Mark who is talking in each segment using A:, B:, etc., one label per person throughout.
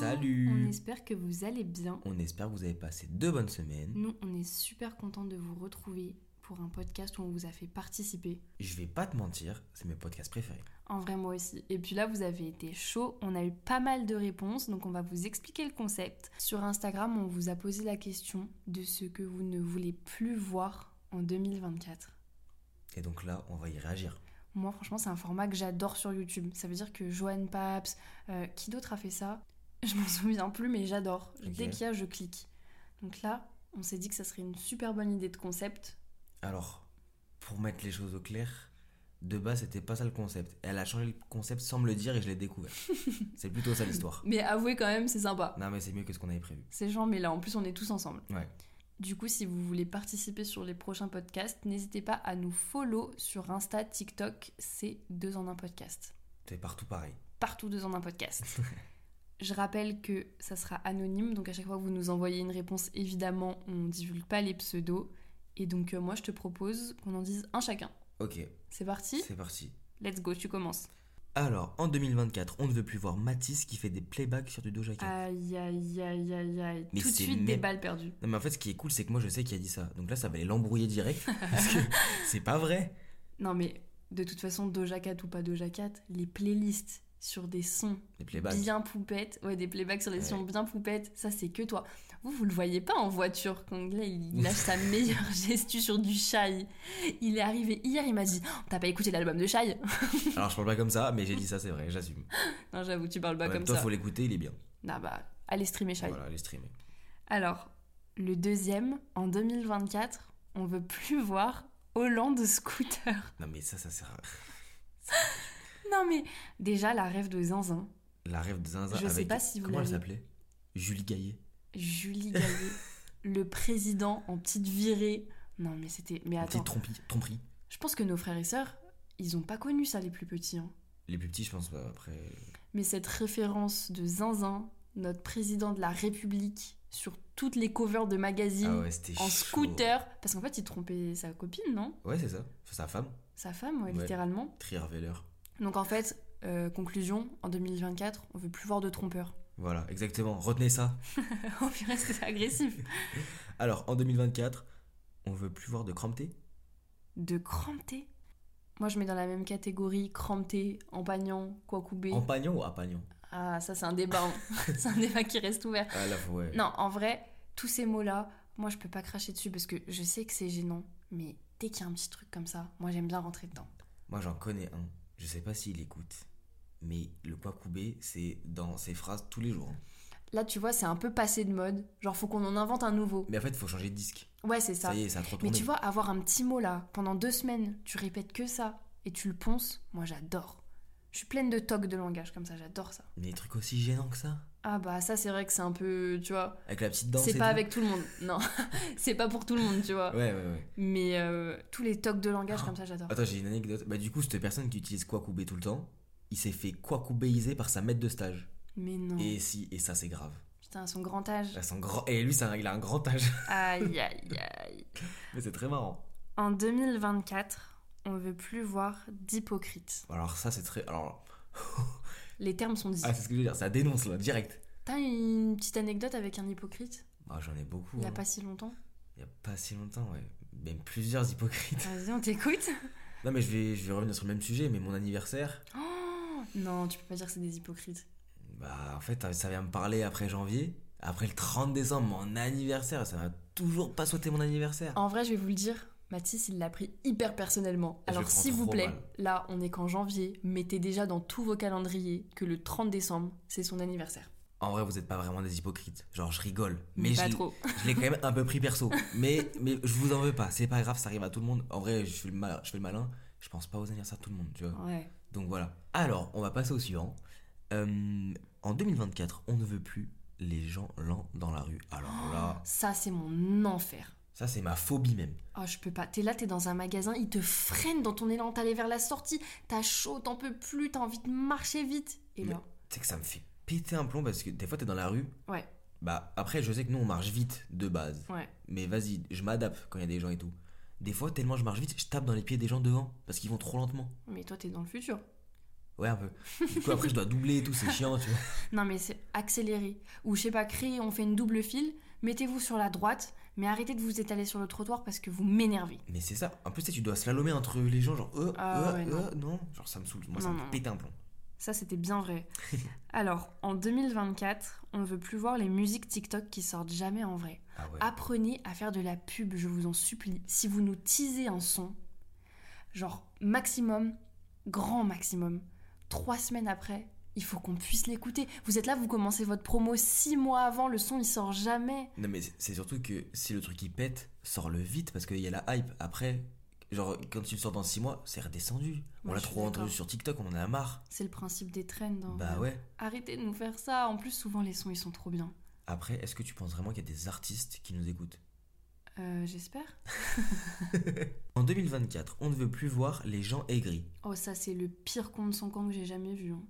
A: Salut
B: On espère que vous allez bien.
A: On espère que vous avez passé deux bonnes semaines.
B: Nous, on est super contents de vous retrouver pour un podcast où on vous a fait participer.
A: Je vais pas te mentir, c'est mes podcasts préférés.
B: En vrai, moi aussi. Et puis là, vous avez été chaud. On a eu pas mal de réponses, donc on va vous expliquer le concept. Sur Instagram, on vous a posé la question de ce que vous ne voulez plus voir en 2024.
A: Et donc là, on va y réagir.
B: Moi, franchement, c'est un format que j'adore sur YouTube. Ça veut dire que Joanne Paps, euh, qui d'autre a fait ça Je m'en souviens plus, mais j'adore. Dès
A: Ok.
B: qu'il y a, je clique. Donc là, on s'est dit que ça serait une super bonne idée de concept.
A: Alors, pour mettre les choses au clair, de base, c'était pas ça le concept. Elle a changé le concept sans me le dire et je l'ai découvert. c'est plutôt ça l'histoire.
B: Mais avouez quand même, c'est sympa.
A: Non, mais c'est mieux que ce qu'on avait prévu.
B: C'est genre, mais là, en plus, on est tous ensemble.
A: Ouais.
B: Du coup, si vous voulez participer sur les prochains podcasts, n'hésitez pas à nous follow sur Insta, TikTok, c'est deux en un podcast.
A: C'est partout pareil.
B: Partout deux en un podcast. Je rappelle que ça sera anonyme, donc à chaque fois que vous nous envoyez une réponse, évidemment, on ne divulgue pas les pseudos. Et donc, euh, moi, je te propose qu'on en dise un chacun.
A: Ok,
B: C'est parti
A: c'est parti.
B: Let's go, tu commences.
A: Alors, en 2024, on ne veut plus voir Matisse qui fait des playbacks sur du Doja Cat.
B: Aïe, aïe, aïe, aïe, aïe.
A: Mais
B: Tout de
A: c'est
B: suite, des
A: net.
B: balles perdues.
A: Non, mais en fait, ce qui est cool, c'est que moi, je sais qui a dit ça. Donc là, ça va aller l'embrouiller direct. parce que c'est pas vrai.
B: Non, mais de toute façon, Doja Cat ou pas Doja Cat, les playlists sur des sons
A: Les playbacks.
B: bien poupettes, ouais, des playbacks sur des
A: Ouais.
B: sons bien poupettes, ça c'est que toi. Vous, vous le voyez pas en voiture quand là, il lâche sa meilleure gestu sur du Shai. Il est arrivé hier, il m'a dit Oh, T'as pas écouté l'album de Shai
A: Alors, je parle pas comme ça, mais j'ai dit ça, c'est vrai, j'assume.
B: Non, j'avoue, tu parles pas
A: En même
B: comme
A: temps,
B: ça.
A: faut l'écouter, il est bien.
B: Non, bah, allez streamer Shai.
A: Voilà, les streamer.
B: Alors, le deuxième, en 2024, on veut plus voir Hollande Scooter.
A: Non, mais ça, ça sert à...
B: Non, mais déjà, la rêve de Zinzin.
A: La rêve de Zinzin
B: Je sais
A: avec...
B: pas si vous
A: Comment elle
B: l'avez.
A: s'appelait Julie Gaillet.
B: Julie Gaillet, le président en petite virée. Non, mais c'était. Mais
A: Une
B: attends,
A: Petite tromperie, tromperie.
B: je pense que nos frères et sœurs, ils ont pas connu ça, les plus petits. hein.
A: Les plus petits, je pense, bah, après...
B: Mais cette référence de Zinzin, notre président de la République, sur toutes les covers de magazines,
A: Ah ouais, c'était
B: en
A: chaud.
B: scooter, parce qu'en fait, il trompait sa copine, non
A: Ouais, c'est ça. Enfin, Sa femme,
B: Sa femme, ouais,
A: Ouais.
B: littéralement.
A: Trierweiler.
B: Donc en fait, euh, conclusion, en 2024, on veut plus voir de trompeurs.
A: Voilà, exactement. Retenez ça.
B: oh purée, c'est agressif.
A: Alors, en 2024, on veut plus voir de crampté
B: De crampter. Moi, je mets dans la même catégorie crampter, empagnant, quoi couper.
A: En pagnon ou à pagnon
B: Ah, ça, c'est un débat. hein. c'est un débat qui reste ouvert.
A: Ah, là, faut- ouais.
B: Non, en vrai, tous ces mots-là, moi, je peux pas cracher dessus parce que je sais que c'est gênant. Mais dès qu'il y a un petit truc comme ça, moi, j'aime bien rentrer dedans.
A: Moi, j'en connais un. Je sais pas s'il écoute. Mais le Kwakubé, c'est dans ses phrases tous les jours. hein.
B: Là, tu vois, c'est un peu passé de mode. Genre, faut qu'on en invente un nouveau.
A: Mais en fait, faut changer de disque.
B: Ouais, c'est
A: Ça,
B: ça.
A: y est, ça a trop
B: mais
A: tourné.
B: tu vois, avoir un petit mot là, pendant deux semaines, tu répètes que ça et tu le ponces, moi, j'adore. Je suis pleine de tocs de langage comme ça, j'adore ça.
A: Mais des trucs aussi gênants que ça
B: Ah bah ça c'est vrai que c'est un peu, tu vois,
A: Avec la petite danse.
B: c'est
A: et
B: pas
A: tout.
B: avec tout le monde, non, c'est pas pour tout le monde, tu vois.
A: Ouais, ouais, ouais.
B: Mais euh, tous les tocs de langage comme ça j'adore.
A: Attends, j'ai une anecdote. Bah, du coup, cette personne qui utilise Kwakubé tout le temps, il s'est fait Kwakubéiser par sa maître de stage.
B: Mais non.
A: Et si, et ça, c'est grave.
B: Putain, à son grand âge.
A: Là, son grand... Et lui, c'est un- il a un grand âge.
B: Aïe, aïe, aïe.
A: Mais c'est très marrant.
B: En 2024, on veut plus voir d'hypocrites.
A: Alors, ça, c'est très. Alors.
B: Les termes sont dits.
A: Ah, c'est ce que je veux dire. Ça dénonce, là, direct.
B: T'as une petite anecdote avec un hypocrite
A: Ah, j'en ai beaucoup.
B: Il n'y a
A: hein.
B: pas si longtemps
A: Il y a pas si longtemps, ouais. Même plusieurs hypocrites.
B: Vas-y, on t'écoute.
A: Non, mais je vais, je vais revenir sur le même sujet, mais mon anniversaire.
B: Oh, non, tu peux pas dire que c'est des hypocrites.
A: Bah, en fait, ça vient me parler après janvier. Après le 30 décembre, mon anniversaire. Ça m'a toujours pas sauté mon anniversaire.
B: En vrai, je vais vous le dire, Mathis, il l'a pris hyper personnellement.
A: Je le
B: Alors,
A: prends
B: s'il vous
A: trop
B: plaît,
A: mal.
B: là, on est qu'en janvier, mettez déjà dans tous vos calendriers que le 30 décembre, c'est son anniversaire.
A: En vrai, vous êtes pas vraiment des hypocrites. Genre, je rigole. Mais
B: pas
A: je,
B: trop.
A: je l'ai quand même un peu pris perso. mais, mais je vous en veux pas. C'est pas grave, ça arrive à tout le monde. En vrai, je fais le, mal, je fais le malin. Je pense pas aux anniversaires de tout le monde, tu vois.
B: Ouais.
A: Donc voilà. Alors, on va passer au suivant. Euh, en 2024, on ne veut plus les gens lents dans la rue. Alors là,
B: Ça, c'est mon enfer.
A: ça c'est ma phobie même.
B: Oh, je peux pas. T'es là, t'es dans un magasin, il te freine dans ton élan, t'allais vers la sortie, t'as chaud, t'en peux plus, t'as envie de marcher vite. Et là,
A: Tu sais que ça me fait péter un plomb parce que des fois t'es dans la rue.
B: Ouais.
A: Bah après, je sais que nous on marche vite de base.
B: ouais.
A: Mais vas-y, je m'adapte quand il y a des gens et tout. Des fois, tellement je marche vite, je tape dans les pieds des gens devant parce qu'ils vont trop lentement.
B: Mais toi, t'es dans le futur.
A: Ouais, un peu. Du coup, après, je dois doubler et tout, c'est chiant, tu vois.
B: Non, mais c'est accéléré. Ou je sais pas, créer, on fait une double file, mettez-vous sur la droite, mais arrêtez de vous étaler sur le trottoir parce que vous m'énervez.
A: Mais c'est ça. En plus, tu sais, tu dois slalomer entre les gens, genre, euh,
B: Ah
A: euh,
B: ouais,
A: euh, non. Genre, ça me saoule. Moi, ça
B: Non,
A: me
B: non.
A: pète un plomb.
B: Ça, c'était bien vrai. Alors, en 2024, on ne veut plus voir les musiques TikTok qui sortent jamais en vrai.
A: Ah ouais.
B: Apprenez à faire de la pub, je vous en supplie. Si vous nous teasez un son, genre maximum, grand maximum, trois semaines après, il faut qu'on puisse l'écouter. Vous êtes là, vous commencez votre promo six mois avant, le son il sort jamais.
A: Non, mais c'est- c'est surtout que si le truc il pète, sors-le vite parce qu'il y a la hype. Après, genre, quand il sort dans 6 mois, c'est redescendu.
B: Ouais,
A: on l'a
B: je suis
A: trop entendu
B: d'accord.
A: sur TikTok, on en a marre.
B: C'est le principe des trends. hein.
A: Bah ouais.
B: Arrêtez de nous faire ça. En plus, souvent les sons ils sont trop bien.
A: Après, est-ce que tu penses vraiment qu'il y a des artistes qui nous écoutent
B: Euh, J'espère.
A: En 2024, on ne veut plus voir les gens aigris.
B: Oh, ça c'est le pire compte sans camp que j'ai jamais vu. hein.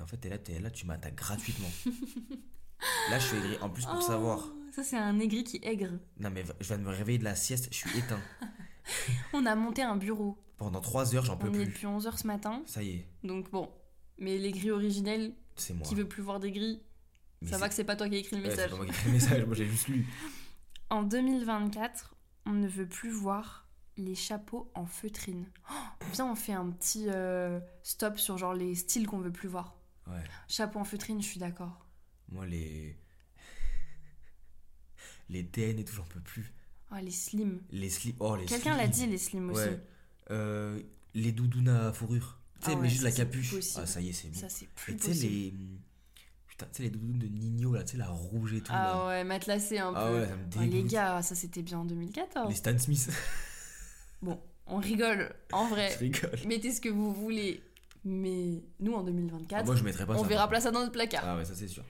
A: Et en fait, t'es là, t'es là, tu m'attaques gratuitement. là, je suis aigri. En plus, pour savoir.
B: Oh, Ça, c'est un aigri qui aigre.
A: Non, mais je viens de me réveiller de la sieste, je suis éteint.
B: On a monté un bureau.
A: Pendant 3 heures, j'en peux
B: On y est
A: plus.
B: depuis 11h ce matin.
A: Ça y est,
B: Donc bon. Mais l'aigri originel,
A: c'est moi.
B: qui veut plus voir des gris,
A: Mais
B: ça va que c'est pas toi qui as écrit le
A: c'est- Ouais, c'est
B: message.
A: pas moi qui ai écrit le message, moi j'ai juste lu.
B: En 2024, on ne veut plus voir les chapeaux en feutrine. Oh, viens, on fait un petit euh, stop sur genre les styles qu'on veut plus voir.
A: Ouais.
B: Chapeau en feutrine, je suis d'accord.
A: Moi, les. Les TN et tout, j'en peux plus.
B: Oh, les slims.
A: Les slips. Oh, les
B: Quelqu'un l'a
A: slips.
B: dit, les slims aussi.
A: Ouais. Euh, les doudounes à fourrure. Tu sais,
B: Ah ouais,
A: mais juste
B: ça,
A: la
B: c'est
A: capuche.
B: plus possible.
A: Ah, ça y est, c'est bon.
B: Ça, c'est plus
A: Et tu sais,
B: possible.
A: les. Putain, tu sais, les doudounes de Nino, là, tu sais, la rouge et tout.
B: Ah
A: là.
B: ouais, matelassé un
A: Ah
B: peu.
A: ouais, ça me
B: Oh, les
A: dégoûte.
B: gars, ça c'était bien en 2014.
A: Les Stan Smith.
B: Bon, on rigole, en vrai.
A: je rigole.
B: Mettez ce que vous voulez. Mais nous, en
A: Ah,
B: 2024,
A: moi, je mettrais pas ça.
B: on
A: par
B: verra
A: contre.
B: pas ça dans notre placard.
A: Ah ouais, ça c'est sûr.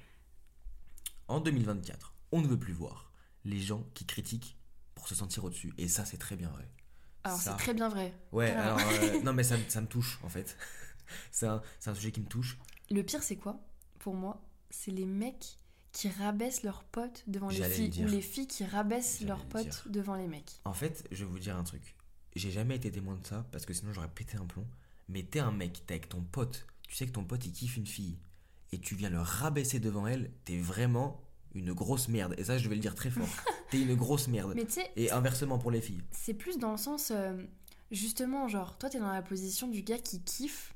A: En 2024, on ne veut plus voir les gens qui critiquent pour se sentir au-dessus. Et ça, c'est très bien vrai.
B: Alors,
A: Ah, ça.
B: c'est très bien vrai.
A: Ouais,
B: Carrément.
A: alors. euh, non, mais ça, me- ça me touche, en fait. c'est un, c'est un sujet qui me touche.
B: Le pire, c'est quoi Pour moi, c'est les mecs qui rabaissent leurs potes devant les
A: J'allais le
B: filles
A: dire.
B: ou les filles qui rabaissent
A: J'allais
B: leurs
A: le
B: potes
A: dire.
B: devant les mecs.
A: En fait, je vais vous dire un truc. J'ai jamais été témoin de ça parce que sinon j'aurais pété un plomb. Mais t'es un mec, t'es avec ton pote. Tu sais que ton pote il kiffe une fille. Et tu viens le rabaisser devant elle. T'es vraiment une grosse merde. Et ça, je vais le dire très fort. t'es une grosse merde.
B: Mais tu sais,
A: Et inversement pour les filles.
B: c'est plus dans le sens euh, justement genre toi t'es dans la position du gars qui kiffe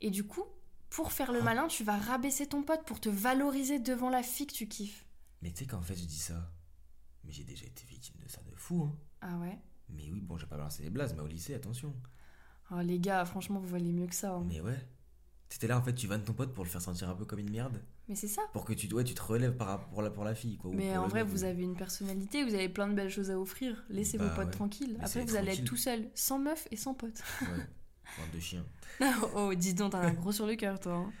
B: et du coup pour faire le
A: Ah.
B: malin tu vas rabaisser ton pote pour te valoriser devant la fille que tu kiffes
A: Mais tu sais qu'en fait, je dis ça. Mais j'ai déjà été victime de ça de fou, hein.
B: ah ouais
A: Mais oui, bon, j'ai pas lancé les blazes, mais au lycée, attention.
B: oh, les gars franchement vous valez mieux que ça hein. mais,
A: Mais ouais. C'était là, en fait, tu vannes ton pote pour le faire sentir un peu comme une merde.
B: c'est ça
A: Pour que tu, ouais, tu te relèves par, rapport- pour, la, pour la fille, quoi. ou
B: mais
A: pour
B: en
A: le
B: vrai
A: mec,
B: vous
A: mais-
B: avez une personnalité vous avez plein de belles choses à offrir laissez
A: Bah
B: vos potes
A: ouais.
B: tranquilles
A: Laissez-les
B: après vous allez être
A: tranquilles.
B: tout seul sans meuf et sans pote
A: Ouais. Bande de chiens.
B: oh dis donc t'as un gros sur le cœur toi hein.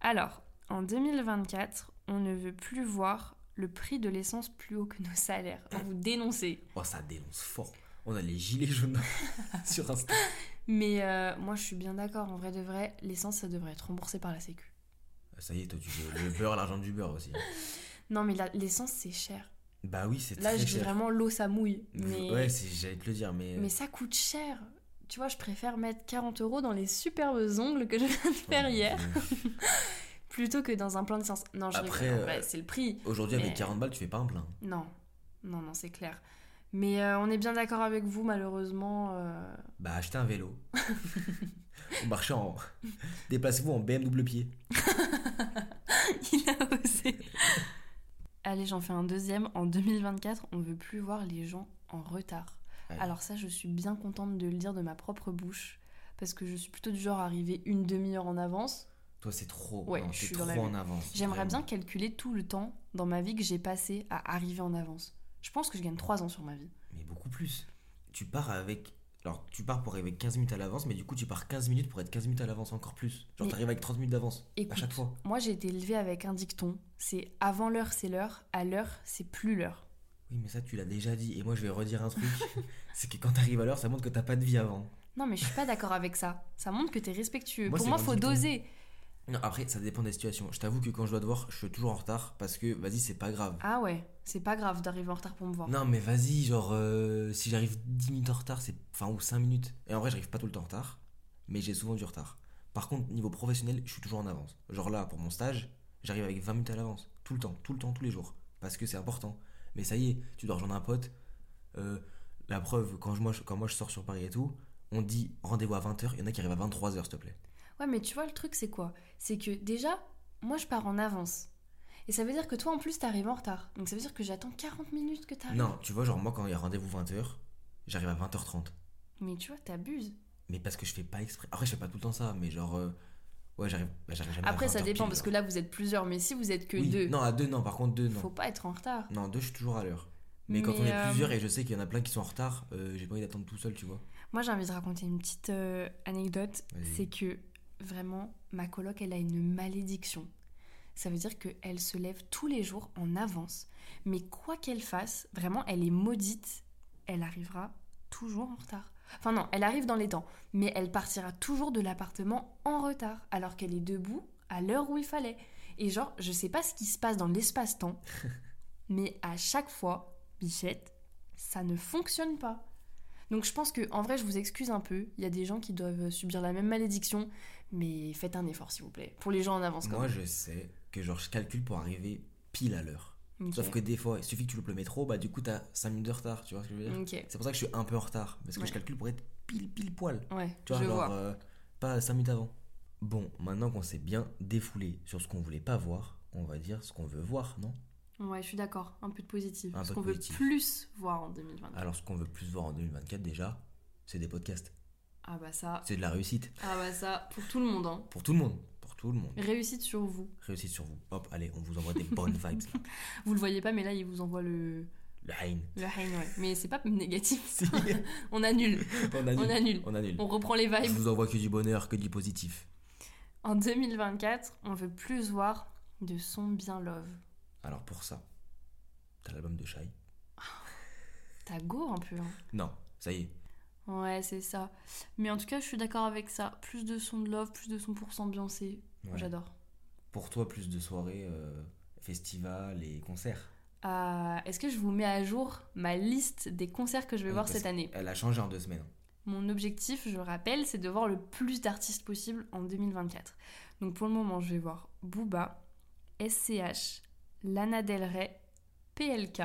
B: alors en 2024 on ne veut plus voir le prix de l'essence plus haut que nos salaires On vous dénoncez
A: Oh, ça dénonce fort. On a les gilets jaunes sur Insta.
B: Mais euh, moi, je suis bien d'accord. En vrai de vrai, l'essence, ça devrait être remboursé par la Sécu.
A: Euh, Ça y est, toi, tu veux le beurre, l'argent du beurre aussi. hein.
B: Non, mais la- l'essence, c'est cher.
A: Bah oui, c'est
B: Là,
A: très
B: je dis
A: cher.
B: vraiment l'eau, ça mouille. Mais,
A: Ouais, c'est- j'allais te le dire, mais.
B: mais ça coûte cher. Tu vois, je préfère mettre 40 euros dans les superbes ongles que je viens de
A: euh,
B: faire hier plutôt que dans un plein d'essence. Non, je
A: Après,
B: rigole.
A: euh,
B: Ouais, c'est le prix.
A: Aujourd'hui,
B: Mais-
A: avec 40 balles, tu fais pas un plein.
B: Non, non, non, c'est clair. Mais euh, on est bien d'accord avec vous, malheureusement. euh,
A: Bah, achetez un vélo. Ou marchez en. Déplacez-vous en BMW pied.
B: Il a osé. Allez, j'en fais un deuxième. En 2024, on veut plus voir les gens en retard.
A: Ouais.
B: Alors ça, je suis bien contente de le dire de ma propre bouche. Parce que je suis plutôt du genre à arriver une demi-heure en avance.
A: Toi, c'est trop.
B: Ouais,
A: non,
B: je
A: t'es
B: suis
A: trop
B: dans la
A: en avance.
B: J'aimerais
A: vraiment.
B: bien calculer tout le temps dans ma vie que j'ai passé à arriver en avance. Je pense que je gagne 3 ans sur ma vie.
A: Mais beaucoup plus. Tu pars avec. Alors, tu pars pour arriver 15 minutes à l'avance, mais du coup, tu pars 15 minutes pour être 15 minutes à l'avance encore plus. Genre,
B: Mais-
A: t'arrives avec 30 minutes d'avance. À
B: Écoute,
A: chaque fois.
B: moi j'ai été élevée avec un dicton. C'est avant l'heure c'est l'heure, à l'heure c'est plus l'heure.
A: Oui, mais ça, tu l'as déjà dit. Et moi, je vais redire un truc. c'est que quand t'arrives à l'heure, ça montre que t'as pas de vie avant.
B: Non mais je suis pas d'accord avec ça. Ça montre que t'es respectueux.
A: Moi,
B: Pour
A: c'est
B: moi
A: mon
B: faut
A: dicton.
B: doser.
A: Non, après, ça dépend des situations. Je t'avoue que quand je dois te voir, je suis toujours en retard parce que, vas-y, c'est pas grave.
B: Ah ouais, c'est pas grave d'arriver en retard pour me voir.
A: Non, mais vas-y, genre, euh, si j'arrive 10 minutes en retard, c'est. Enfin, ou 5 minutes. Et en vrai, j'arrive pas tout le temps en retard, mais j'ai souvent du retard. Par contre, niveau professionnel, je suis toujours en avance. Genre là, pour mon stage, j'arrive avec 20 minutes à l'avance. Tout le temps, tout le temps, tous les jours. Parce que c'est important. Mais ça y est, tu dois rejoindre un pote. Euh, la preuve, quand, je, moi, je- quand moi je sors sur Paris et tout, on dit rendez-vous à 20h, il y en a qui arrivent à 23h, s'il te plaît.
B: Ouais, mais tu vois, le truc, c'est quoi C'est que déjà, moi, je pars en avance. Et ça veut dire que toi, en plus, t'arrives en retard. Donc ça veut dire que j'attends 40 minutes que t'arrives.
A: Non, tu vois, genre moi, quand il y a rendez-vous 20h, j'arrive à 20h30.
B: Mais tu vois, t'abuses.
A: Mais parce que je fais pas exprès. Après, je fais pas tout le temps ça, mais genre. euh, ouais, j'arrive bah, j'arrive jamais à
B: Après, ça
A: 20h
B: dépend,
A: pile,
B: parce
A: genre.
B: que là, vous êtes plusieurs. Mais si vous êtes que
A: Oui,
B: deux,
A: Non, à deux, non, par contre, deux, non.
B: faut pas être en retard.
A: Non, deux, je suis toujours à l'heure. Mais, quand on
B: Mais,
A: est
B: euh,
A: plusieurs et je sais qu'il y en a plein qui sont en retard, euh, j'ai pas envie d'attendre tout seul, tu vois.
B: Moi, j'ai envie de raconter une petite euh, anecdote.
A: Vas-y.
B: C'est que vraiment, ma coloc, elle a une malédiction. Ça veut dire qu'elle se lève tous les jours en avance. Mais quoi qu'elle fasse, vraiment, elle est maudite. Elle arrivera toujours en retard. Enfin non, elle arrive dans les temps, mais elle partira toujours de l'appartement en retard, alors qu'elle est debout à l'heure où il fallait. Et genre, je sais pas ce qui se passe dans l'espace-temps, mais à chaque fois, Bichette, ça ne fonctionne pas. Donc je pense que en vrai, je vous excuse un peu. Il y a des gens qui doivent subir la même malédiction, mais faites un effort s'il vous plaît. Pour les gens en avance, quand
A: Moi, je sais que genre, je calcule pour arriver pile à l'heure.
B: même.
A: Sauf
B: Ok.
A: que des fois, il suffit que tu loupes le métro, bah du coup, t'as 5 minutes de retard, tu vois ce que je veux dire
B: Ok.
A: C'est pour ça que je suis un peu en retard, parce que
B: Ouais.
A: je calcule pour être pile, pile poil.
B: Ouais,
A: Tu vois,
B: je
A: genre,
B: vois.
A: euh, pas 5 minutes avant. Bon, maintenant qu'on s'est bien défoulé sur ce qu'on voulait pas voir, on va dire ce qu'on veut voir, non
B: Ouais, je suis d'accord. Un peu de positif.
A: euh, Un
B: Parce
A: peu de
B: qu'on veut
A: positif.
B: plus voir en 2024.
A: Alors, ce qu'on veut plus voir en 2024 déjà, c'est des podcasts.
B: Ah bah ça,
A: C'est de la réussite.
B: ah bah ça, pour tout le monde. Hein.
A: Pour tout le monde. Pour tout le monde.
B: Réussite sur vous.
A: Réussite sur vous. Hop, allez, on vous envoie des bonnes vibes. là.
B: Vous le voyez pas, mais là, il vous envoie le,
A: Le haine.
B: le haine, ouais. Mais c'est pas négatif.
A: Si,
B: On annule.
A: on annule.
B: On annule.
A: On annule.
B: On reprend les
A: Je
B: vibes.
A: vous envoie que du bonheur, que du positif.
B: En 2024, on veut plus voir de son bien love.
A: Alors pour ça, t'as l'album de Shai
B: T'as go un peu. hein.
A: Non, ça y est.
B: Ouais, c'est ça. Mais en tout cas, je suis d'accord avec ça. Plus de son de love, plus de son pour s'ambiancer.
A: Ouais.
B: J'adore.
A: Pour toi, plus de soirées, euh, festivals et concerts.
B: Ah, Est-ce que je vous mets à jour ma liste des concerts que je vais
A: Oui,
B: voir
A: parce
B: cette année
A: Elle a changé en deux semaines.
B: Mon objectif, je rappelle, c'est de voir le plus d'artistes possible en 2024. Donc pour le moment, je vais voir Booba, SCH, Lana Del Rey, PLK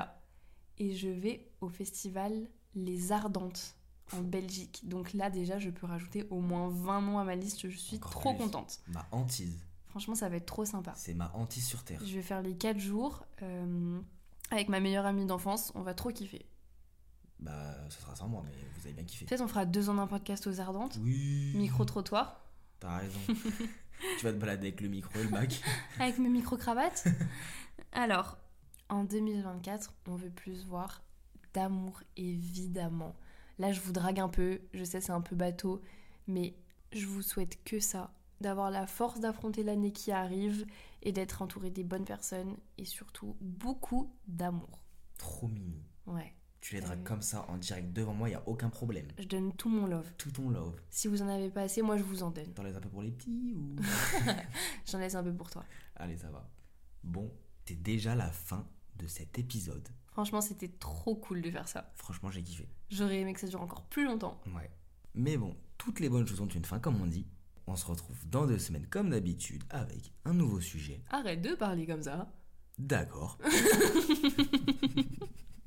B: et je vais au festival Les Ardentes en Belgique. Donc là déjà, je peux rajouter au moins 20 noms à ma liste, je suis
A: Encore
B: trop
A: plus.
B: contente.
A: Ma hantise.
B: Franchement, ça va être trop sympa.
A: C'est ma hantise sur Terre.
B: Je vais faire les 4 jours euh, avec ma meilleure amie d'enfance, on va trop kiffer.
A: Bah, ce sera sans moi, mais vous avez bien kiffé.
B: Peut-être on fera deux ans d'un podcast aux Ardentes,
A: Oui.
B: micro-trottoir.
A: T'as raison. tu vas te balader avec le micro et le bac.
B: avec mes micro-cravates. Alors, en 2024, on veut plus voir d'amour, évidemment. Là, je vous drague un peu, je sais, c'est un peu bateau, mais je vous souhaite que ça, d'avoir la force d'affronter l'année qui arrive et d'être entouré des bonnes personnes et surtout beaucoup d'amour.
A: Trop mignon.
B: Ouais,
A: Tu les dragues
B: Ouais.
A: comme ça, en direct devant moi, y a aucun problème.
B: je donne tout mon love.
A: Tout ton love.
B: Si vous en avez pas assez, moi je vous en donne.
A: T'en laisses un peu pour les petits ou.
B: J'en laisse un peu pour toi.
A: Allez, ça va. Bon, c'est déjà la fin de cet épisode.
B: Franchement, c'était trop cool de faire ça.
A: Franchement, j'ai kiffé.
B: J'aurais aimé que ça dure encore plus longtemps.
A: Ouais. Mais bon, toutes les bonnes choses ont une fin, comme on dit. On se retrouve dans deux semaines, comme d'habitude, avec un nouveau sujet.
B: Arrête de parler comme ça.
A: D'accord.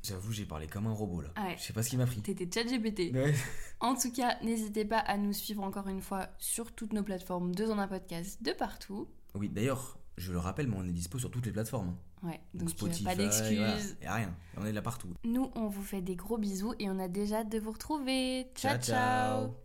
A: J'avoue, j'ai parlé comme un robot là.
B: Ouais.
A: Je sais pas ce qui m'a pris.
B: T'étais chat GPT.
A: Ouais.
B: En tout cas, n'hésitez pas à nous suivre encore une fois sur toutes nos plateformes, deux en un podcast, de partout.
A: Oui, d'ailleurs, je le rappelle, mais on est dispo sur toutes les plateformes. hein.
B: Ouais, donc
A: Donc
B: euh,
A: Spotify,
B: pas d'excuses.
A: voilà. Et rien. On est là partout.
B: Nous, on vous fait des gros bisous et on a déjà hâte de vous retrouver. ciao, ciao.